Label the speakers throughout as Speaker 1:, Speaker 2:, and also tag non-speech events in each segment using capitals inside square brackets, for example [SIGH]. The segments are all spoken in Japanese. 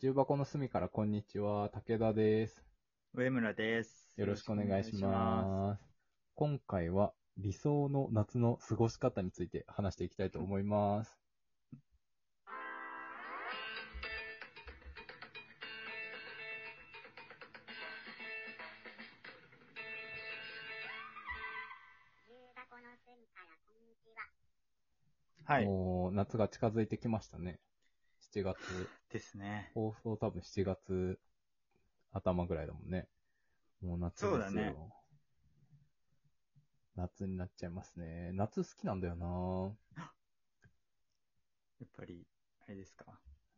Speaker 1: 重箱の隅からこんにちは、武田です。
Speaker 2: 上村です。
Speaker 1: よろしくお願いします。今回は理想の夏の過ごし方について話していきたいと思います。
Speaker 2: はい。
Speaker 1: もう夏が近づいてきましたね。7月、
Speaker 2: ですね。
Speaker 1: 放送多分7月頭ぐらいだもんね。もう夏ですよ。
Speaker 2: そうだね
Speaker 1: 夏になっちゃいますね。夏好きなんだよな
Speaker 2: やっぱり、あれですか。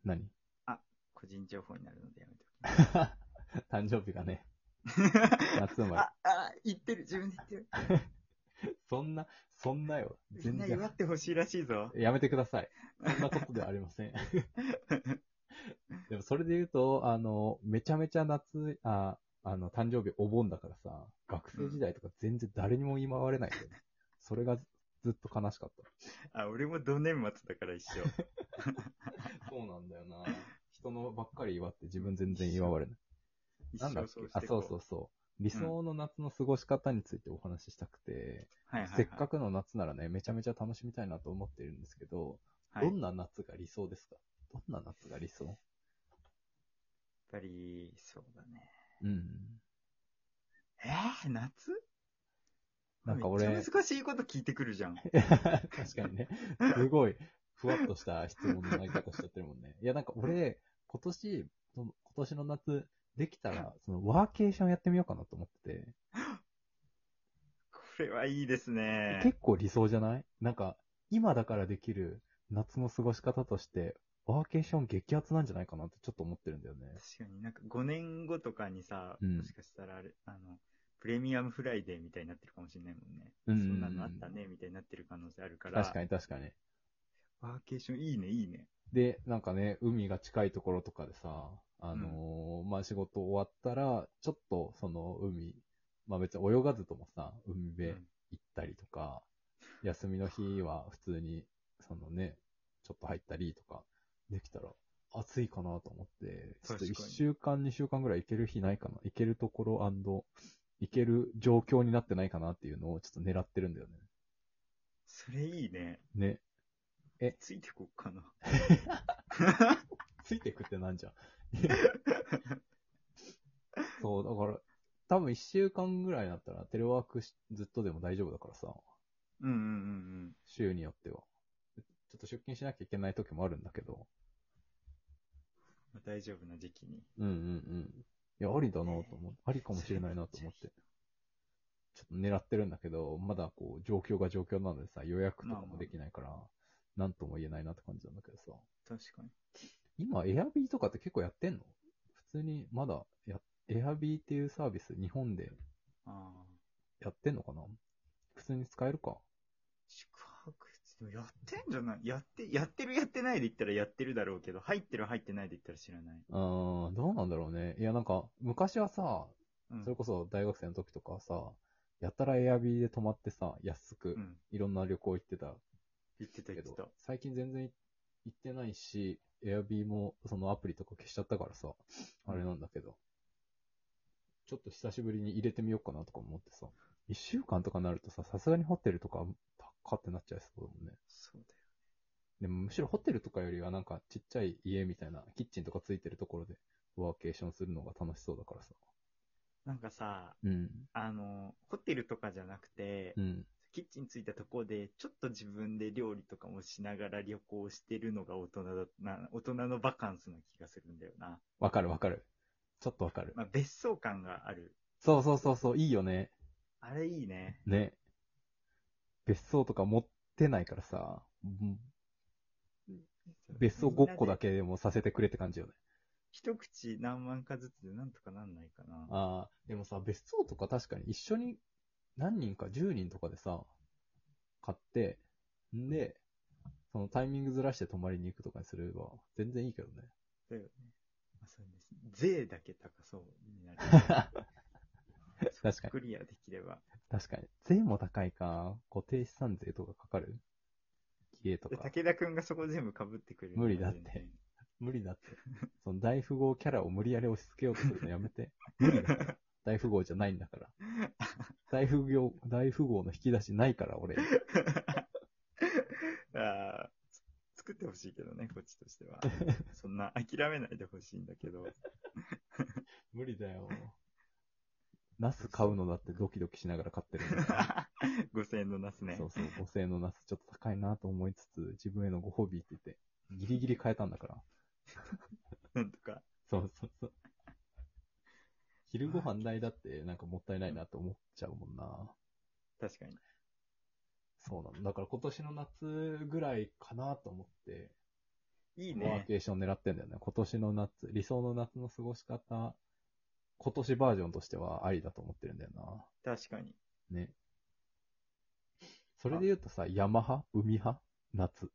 Speaker 1: 何 [LAUGHS]
Speaker 2: 個人情報になるのでやめて
Speaker 1: 誕生日がね、
Speaker 2: おきます
Speaker 1: 夏生 [LAUGHS] まれ。
Speaker 2: あ、あ、言ってる、自分で言ってる。
Speaker 1: そんな、そんなよ。
Speaker 2: みんな祝ってほしいらしいぞ。
Speaker 1: やめてください。そんなことではありま
Speaker 2: [LAUGHS]
Speaker 1: せん。でもそれで言うと、あの、めちゃめちゃ夏、あ、あの、誕生日お盆だからさ、学生時代とか全然誰にも祝われないんだよね。それがずずっと悲しかっ
Speaker 2: あ、俺も同年末だから一緒。
Speaker 1: た。そうなんだよな。人のばっかり祝って自分全然祝われない。
Speaker 2: 一
Speaker 1: [LAUGHS] なんだっけ
Speaker 2: 生そうし
Speaker 1: あ、
Speaker 2: て。
Speaker 1: そうそううそう。理想の夏の過ごし方についてお話ししたくて、
Speaker 2: はいはい、はい。
Speaker 1: せっかくの夏ならね、めちゃめちゃ楽しみたいなと思ってるんですけど、
Speaker 2: はい、や
Speaker 1: ど
Speaker 2: っ
Speaker 1: んな夏が理想ですかどんな夏が理想
Speaker 2: ぱり、そうだね。
Speaker 1: うん。
Speaker 2: えー、夏
Speaker 1: なんか俺
Speaker 2: めっちゃ難しいこと聞いてくるじゃ
Speaker 1: [LAUGHS]
Speaker 2: ん。
Speaker 1: 確かにね。すごい、ふわっとした質問の投げ方しちゃってるもんね。いや、なんか俺、今年、その今年の夏、できたら、その、ワーケーションやってみようかなと思ってて、
Speaker 2: これはいいで
Speaker 1: [LAUGHS]
Speaker 2: すね。
Speaker 1: 結構理想じゃないなんか、今だからできる夏の過ごし方として、ワーケーション激アツなんじゃないかなってちょっと思ってるんだよね。
Speaker 2: 確かになんか5年後とかにさ、
Speaker 1: うん
Speaker 2: もしかしたらあれ、あの、プレミアムフライデーみたいになってるかもしれないもんね。
Speaker 1: うん
Speaker 2: そんなのあったね、みたいになってる可能性あるから。
Speaker 1: 確かに確かに。
Speaker 2: ワーケーションいいね、いいね。
Speaker 1: で、なんかね、海が近いところとかでさ、あのーまあ、仕事終わったら、ちょっとその海、まあ、別に泳がずともさ、海辺
Speaker 2: う
Speaker 1: 行
Speaker 2: ん
Speaker 1: ったりとか、休みの日は普通に、そのね、ちょっと入ったりとか、できたら暑いかなと思って、ちょっと
Speaker 2: 確
Speaker 1: 1
Speaker 2: かに
Speaker 1: 週間、2週間ぐらい行ける日ないかな、行けるところ行ける状況になってないかなっていうのをちょっと狙ってるんだよね。
Speaker 2: それいいね。
Speaker 1: ね。
Speaker 2: ついてこっかな。
Speaker 1: ついてくってなん [LAUGHS] じゃん。そう、だから、多分一週間ぐらいになったらテレワークしずっとでも大丈夫だからさ、
Speaker 2: うんうんうん
Speaker 1: 週によっては。ちょっと出勤しなきゃいけない時もあるんだけど。
Speaker 2: うん。大丈夫な時期に。
Speaker 1: うんうんうん。いや、ありだなと思って、ありかもしれないなと思って。ちょっと狙ってるんだけど、まだこう、状況が状況なのでさ、予約とかもできないから、なんとも言えないなって感じなんだけどさ。
Speaker 2: 確かに。
Speaker 1: 今、エアビーとかって結構やってんの普通にまだや、エアビーっていうサービス、日本で
Speaker 2: ああ。
Speaker 1: やってんのかな普通に使えるか。
Speaker 2: 宿泊でもやってんじゃないやって、やってるやってないで言ったらやってるだろうけど、入ってる入ってないで言ったら知らない。
Speaker 1: うーん、どうなんだろうね。いや、なんか、昔はさ、
Speaker 2: うん。
Speaker 1: それこそ大学生の時とかさ、やたらエアビーで泊まってさ、安く
Speaker 2: う、ん。
Speaker 1: いろんな旅行行ってた
Speaker 2: 言ってた
Speaker 1: け
Speaker 2: 言ってた
Speaker 1: ど。、最近全然行ってないし、エアビーもそのアプリとか消しちゃったからさ、あれなんだけど、ちょっと久しぶりに入れてみようかなとか思ってさ、一週間とかなるとさ、さすがにホテルとか高ってなっちゃいそうだもんね。
Speaker 2: そうだよ。
Speaker 1: でもむしろホテルとかよりはなんかちっちゃい家みたいな、キッチンとかついてるところでワーケーションするのが楽しそうだからさ。
Speaker 2: なんかさ、
Speaker 1: うん。
Speaker 2: あの、ホテルとかじゃなくて、
Speaker 1: うん。
Speaker 2: キッチンついたところで、ちょっと自分で料理とかもしながら旅行してるのが大人だな、大人のバカンスな気がするんだよな。
Speaker 1: わかるわかる。ちょっとわかる。
Speaker 2: まあ、別荘感がある。
Speaker 1: そうそうそうそう、いいよね。
Speaker 2: あれいいね。
Speaker 1: ね。別荘とか持ってないからさ、うん別荘ごっこだ
Speaker 2: け。
Speaker 1: けでもさせてくれって感じよね。
Speaker 2: 一口何万かずつでなんとかなんないかな。
Speaker 1: ああ、でもさ、別荘とか確かに一緒に何人か10人とかでさ、買って、んで、そのタイミングずらして泊まりに行くとかにすれば、全然いいけどね。 [LAUGHS]
Speaker 2: だよね。まあ、そうですね。税だけ高そうになる。
Speaker 1: [LAUGHS] 確かに。
Speaker 2: クリアできれば。
Speaker 1: 確かに。税も高いか。固定資産税とかかかる家と
Speaker 2: で
Speaker 1: か。
Speaker 2: 武田くんがそこ全部被ってくれる。
Speaker 1: 無理だって。無理だって。その大富豪キャラを無理やり押し付けようとするのやめて。無理だから大富豪じゃないんだから。大富豪、大富豪の引き出しないから、俺。
Speaker 2: [LAUGHS] あーつ作ってほしいけどね、こっちとし
Speaker 1: [LAUGHS]
Speaker 2: ては。そんな諦めないでほしいんだけど。
Speaker 1: 無理だよ。ナス買うのだってドキドキしながら買ってるんだから。
Speaker 2: 5000円のナスね
Speaker 1: そ。うそう、5000円のナスちょっと高いなと思いつつ、自分へのご褒美って言って、ギリギリ買えたんだから。
Speaker 2: なんとか。
Speaker 1: そうそうそう。昼ご飯代だってなんかもったいないなと思っちゃうもんな。
Speaker 2: 確かに。
Speaker 1: そうなんだ。だから今年の夏ぐらいかなと思って、
Speaker 2: いい
Speaker 1: ワー
Speaker 2: ね。
Speaker 1: ケーション狙ってんだよね。今年の夏、理想の夏の過ごし方、今年バージョンとしてはありだと思ってるんだよ
Speaker 2: 確かに。
Speaker 1: な。ね。それで言うとさ、山派海派夏。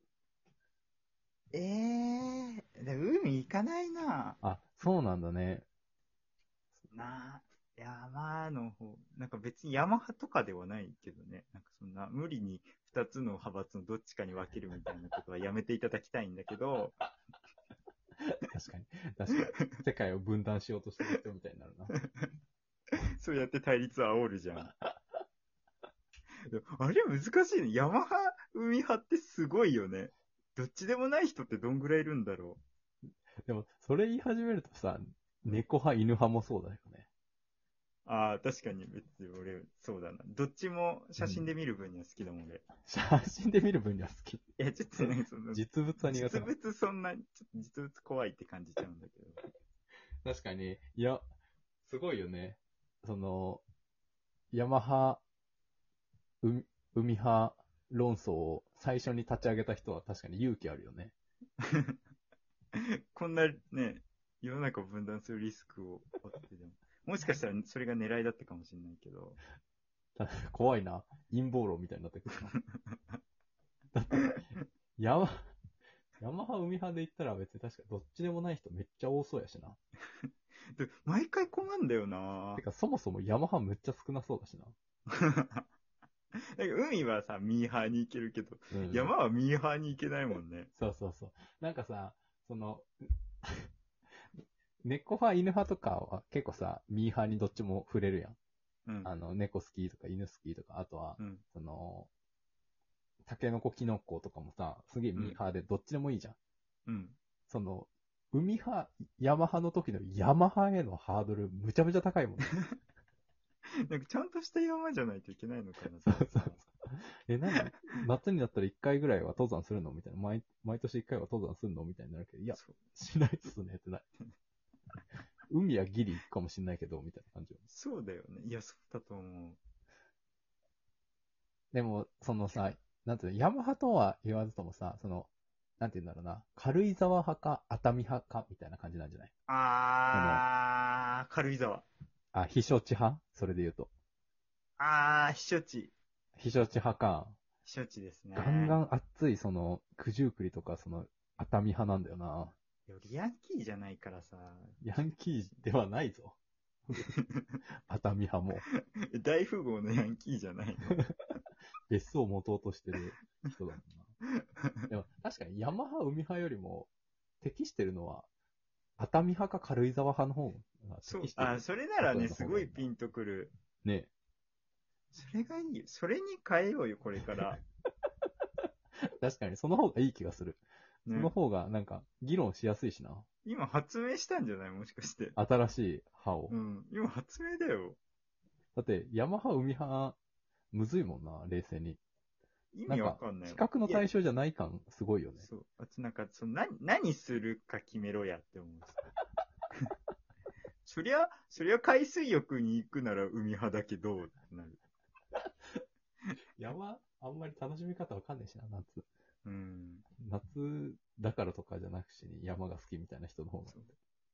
Speaker 2: ええー、で海行かないな
Speaker 1: あ、そうなんだね。
Speaker 2: なあ、山の方、なんか別に山派とかではないけどね、なんかそんな無理に2つの派閥のどっちかに分けるみたいなことはやめていただきたいんだけど、
Speaker 1: 確かに。確かに。世界を分断しようとしてる人みたいになるな。
Speaker 2: そうやって対立を煽るじゃん。でもあれ難しいね。山派、海派ってすごいよね。どっちでもない人ってどんぐらいいるんだろ
Speaker 1: でも、それ言い始めるとさ、猫派、犬派もそうだよね。
Speaker 2: う。ああ、確かに別に俺、そうだな。どっちも写真で見る分には好きだもん、俺。
Speaker 1: 写真で見る分には好き。
Speaker 2: いや、ちょっとなんかその、
Speaker 1: 実物は苦手
Speaker 2: 実
Speaker 1: なの。
Speaker 2: 物そんな、ちょっと実物怖いって感じちゃうんだけど。
Speaker 1: 確かに、いや、すごいよね。その、ヤマハ、海海派論争を最初に立ち上げた人は確かに勇気あるよね。
Speaker 2: こんなね、世の中を分断するリスクを負ってでも、もしかしたらそれが狙いだったかもしれないけど、
Speaker 1: た怖いな。陰謀論みたいになってくる [LAUGHS] な。だって、ヤマ、ヤマハ海派で言ったら別に確かどっちでもない人めっちゃ多そうやしな。
Speaker 2: で毎回困るんだよな
Speaker 1: てかそもそもヤマハめっちゃ少なそうだしな。
Speaker 2: なんか海はさ、ミーハーに行けるけど、
Speaker 1: うん
Speaker 2: 山はミーハーに行けないもんね。
Speaker 1: そうそうそう。なんかさ、その、 [LAUGHS] 猫派、犬派とかは結構さ、ミー派にどっちも触れるやん。
Speaker 2: うん。
Speaker 1: あの、猫好きとか犬好きとか、あとは、
Speaker 2: うん。
Speaker 1: その、タケノコキノコとかもさ、すげえミー派でどっちでもいいじゃん。
Speaker 2: うん。
Speaker 1: その、海派、山派の時の山派へのハードルむちゃむちゃ高いもんね。 [LAUGHS]
Speaker 2: なんかちゃんとした山じゃないといけないのか
Speaker 1: [LAUGHS]
Speaker 2: な。
Speaker 1: そうそうそう。え、なんか、夏になったら一回ぐらいは登山するのみたいな。毎、毎年一回は登山するのみたいになるけど、いや、
Speaker 2: そう
Speaker 1: しないっすねってなる。海はギリ行くかもしんないけど、みたいな感じ。
Speaker 2: そうだよね。いや、そうだと思う。
Speaker 1: でも、そのさ、なんていうの、ヤマハとは言わずともさ、その、なんていうんだろうな、軽井沢派か熱海派かみたいな感じなんじゃない
Speaker 2: あー、軽井沢。
Speaker 1: あ、避暑地派それで言うと。
Speaker 2: あー、避暑地。
Speaker 1: 避暑地派か、
Speaker 2: 避暑地ですね。
Speaker 1: ガンガン熱い、その、九十九里とか、その、熱海派なんだよな。
Speaker 2: いや俺ヤンキーじゃないからさ、
Speaker 1: ヤンキーではないぞ。熱海派も、
Speaker 2: 大富豪のヤンキーじゃない
Speaker 1: [LAUGHS]
Speaker 2: の。
Speaker 1: 別荘を持とうとしてる人だもんな。 [LAUGHS] でも確かに山派、海派よりも適してるのは、熱海派か軽井沢派の方が
Speaker 2: そう
Speaker 1: 適し。てる
Speaker 2: あ、。それなら
Speaker 1: 例え
Speaker 2: ね、
Speaker 1: ば
Speaker 2: すごいピンとくる。
Speaker 1: ね
Speaker 2: それがいいよ。それに変えようよ、これから。
Speaker 1: 確かにその方がいい気がする。[LAUGHS]
Speaker 2: ね
Speaker 1: その方がなんか議論しやすいしな。
Speaker 2: 今発明したんじゃないもしかして。
Speaker 1: 新しい派を。
Speaker 2: うん。今発明だよ。
Speaker 1: だって山派、海派、むずいもんな、冷静に。
Speaker 2: 意味わかんない
Speaker 1: 比
Speaker 2: わ。
Speaker 1: 較の
Speaker 2: いや
Speaker 1: 対象じゃない感すごいよね。
Speaker 2: そう。あとなんか、その、何、何するか決めろやって思う。 [LAUGHS] そりゃ、そりゃ海水浴に行くなら海派だけど、ってなる。
Speaker 1: 山、あんまり楽しみ方わかんないしな、夏。
Speaker 2: うん。
Speaker 1: 夏だからとかじゃなくしに山が好きみたいな人の方が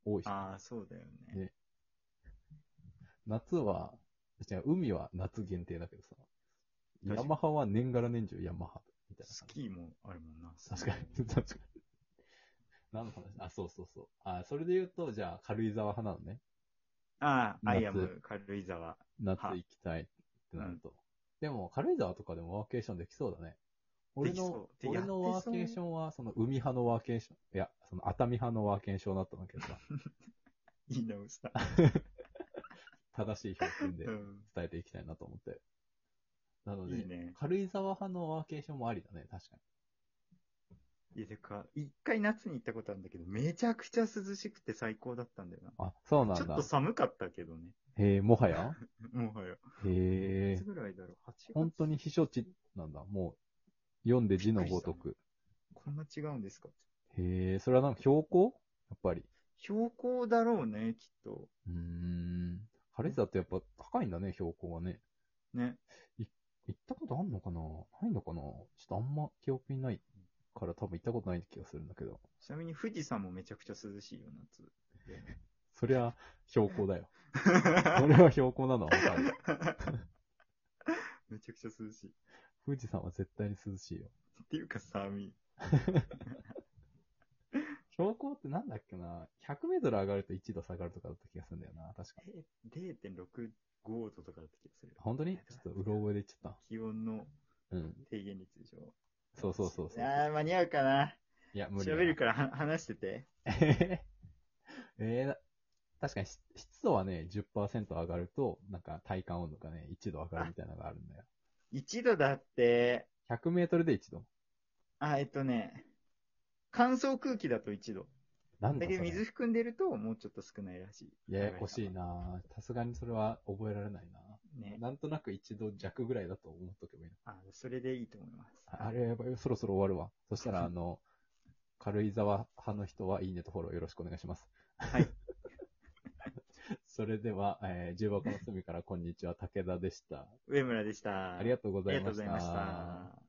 Speaker 1: 多いし。
Speaker 2: ああ、そうだよね。
Speaker 1: ね夏は、違う、海は夏限定だけどさ、
Speaker 2: 確かに
Speaker 1: ヤマハは年がら年中ヤマハみたいな
Speaker 2: ス
Speaker 1: 感じ。
Speaker 2: キーもあるもんな。
Speaker 1: 確かに、 [LAUGHS] 確かに。何の話あ、そうそうそう。あ、それで言うと、じゃあ、軽井沢派なのね。
Speaker 2: ああ、アイ
Speaker 1: 夏
Speaker 2: アム軽井沢。
Speaker 1: 夏
Speaker 2: は
Speaker 1: 行きたいってなると。でも、軽井沢とかでもワーケーションできそうだね。俺
Speaker 2: でき
Speaker 1: の
Speaker 2: そ、うで
Speaker 1: 俺の
Speaker 2: や
Speaker 1: ワー
Speaker 2: ってそう
Speaker 1: ケーションは、その海派のワーケーション、いや、その熱海派のワーケーションだったんだけ
Speaker 2: [LAUGHS]
Speaker 1: どさ、
Speaker 2: 言い直した。
Speaker 1: 正しい表現で
Speaker 2: う
Speaker 1: 伝
Speaker 2: ん。
Speaker 1: えていきたいなと思って。なので、
Speaker 2: いいね。
Speaker 1: 軽井沢派のワーケーションもありだね、確かに。
Speaker 2: いや、てか、一回夏に行ったことあるんだけど、めちゃくちゃ涼しくて最高だったんだよな。
Speaker 1: あ、そうな
Speaker 2: ちょ
Speaker 1: ん
Speaker 2: っ
Speaker 1: だ
Speaker 2: と。寒かったけどね。
Speaker 1: へえ、もは
Speaker 2: [LAUGHS]
Speaker 1: や
Speaker 2: もはや。
Speaker 1: へ
Speaker 2: い
Speaker 1: え
Speaker 2: つ、ぐらいだろう ?8 月。
Speaker 1: 本当に避暑地なんだ。もう、読んで字のごとく。
Speaker 2: こんな違うんですか
Speaker 1: へえ、それはなんか標高やっぱり。
Speaker 2: 標高だろうね、きっと。
Speaker 1: うーん。軽井沢ってやっぱ高いんだね、標高はね。
Speaker 2: ね。
Speaker 1: 行ったことあんのかなないのかなちょっとあんま記憶にないから多分行ったことない気がするんだけど。
Speaker 2: ちなみに富士山もめちゃくちゃ涼しいよ、夏。
Speaker 1: そりゃ、標高
Speaker 2: [LAUGHS]
Speaker 1: だよ。それは標高なのはわかる。
Speaker 2: めちゃくちゃ涼しい。っ
Speaker 1: 富士山は絶対に涼しいよ。
Speaker 2: ていうか寒い。
Speaker 1: 標高ってなんだっけな ?100 メートル上がると1度下がるとかだった気がするんだよな。確か。
Speaker 2: え0.65度とかだった気がする。
Speaker 1: 本当にちょっとうろ覚えで言っちゃっ
Speaker 2: 気温の
Speaker 1: た。うん。
Speaker 2: 低減率でしょ。
Speaker 1: そうそうそうそう。
Speaker 2: あー、間に合うかな。
Speaker 1: いや、無理
Speaker 2: 調
Speaker 1: だな。
Speaker 2: べるからは話してて。
Speaker 1: えー [LAUGHS] えーな確かにし湿度はね、10%上がると、なんか体感温度がね、1度上がるみたいなのがあるんだよ。
Speaker 2: 1度だって、
Speaker 1: 100メートルで1度。
Speaker 2: あ、えっとね、乾燥空気だと1度。
Speaker 1: なんだ
Speaker 2: だ
Speaker 1: そ
Speaker 2: け
Speaker 1: れ
Speaker 2: ど水含んでるともうちょっと少ないらしい。
Speaker 1: ややこしいなさすがにそれは覚えられない
Speaker 2: ね
Speaker 1: な。。なんとなく1度弱ぐらいだと思っとけばいいの。
Speaker 2: あ、それでいいと思います。
Speaker 1: ああれはやばいよ。そろそろ終わるわ。そしたら、あの、軽井沢派の人はいいねとフォローよろしくお願いします。
Speaker 2: はい。
Speaker 1: [LAUGHS] それでは、えー、重箱の隅からこんにちは、武田でした。
Speaker 2: 上村でした。
Speaker 1: ありがとうご
Speaker 2: あ
Speaker 1: ざ
Speaker 2: り
Speaker 1: い
Speaker 2: がと
Speaker 1: ま
Speaker 2: うご
Speaker 1: した。
Speaker 2: ざいました。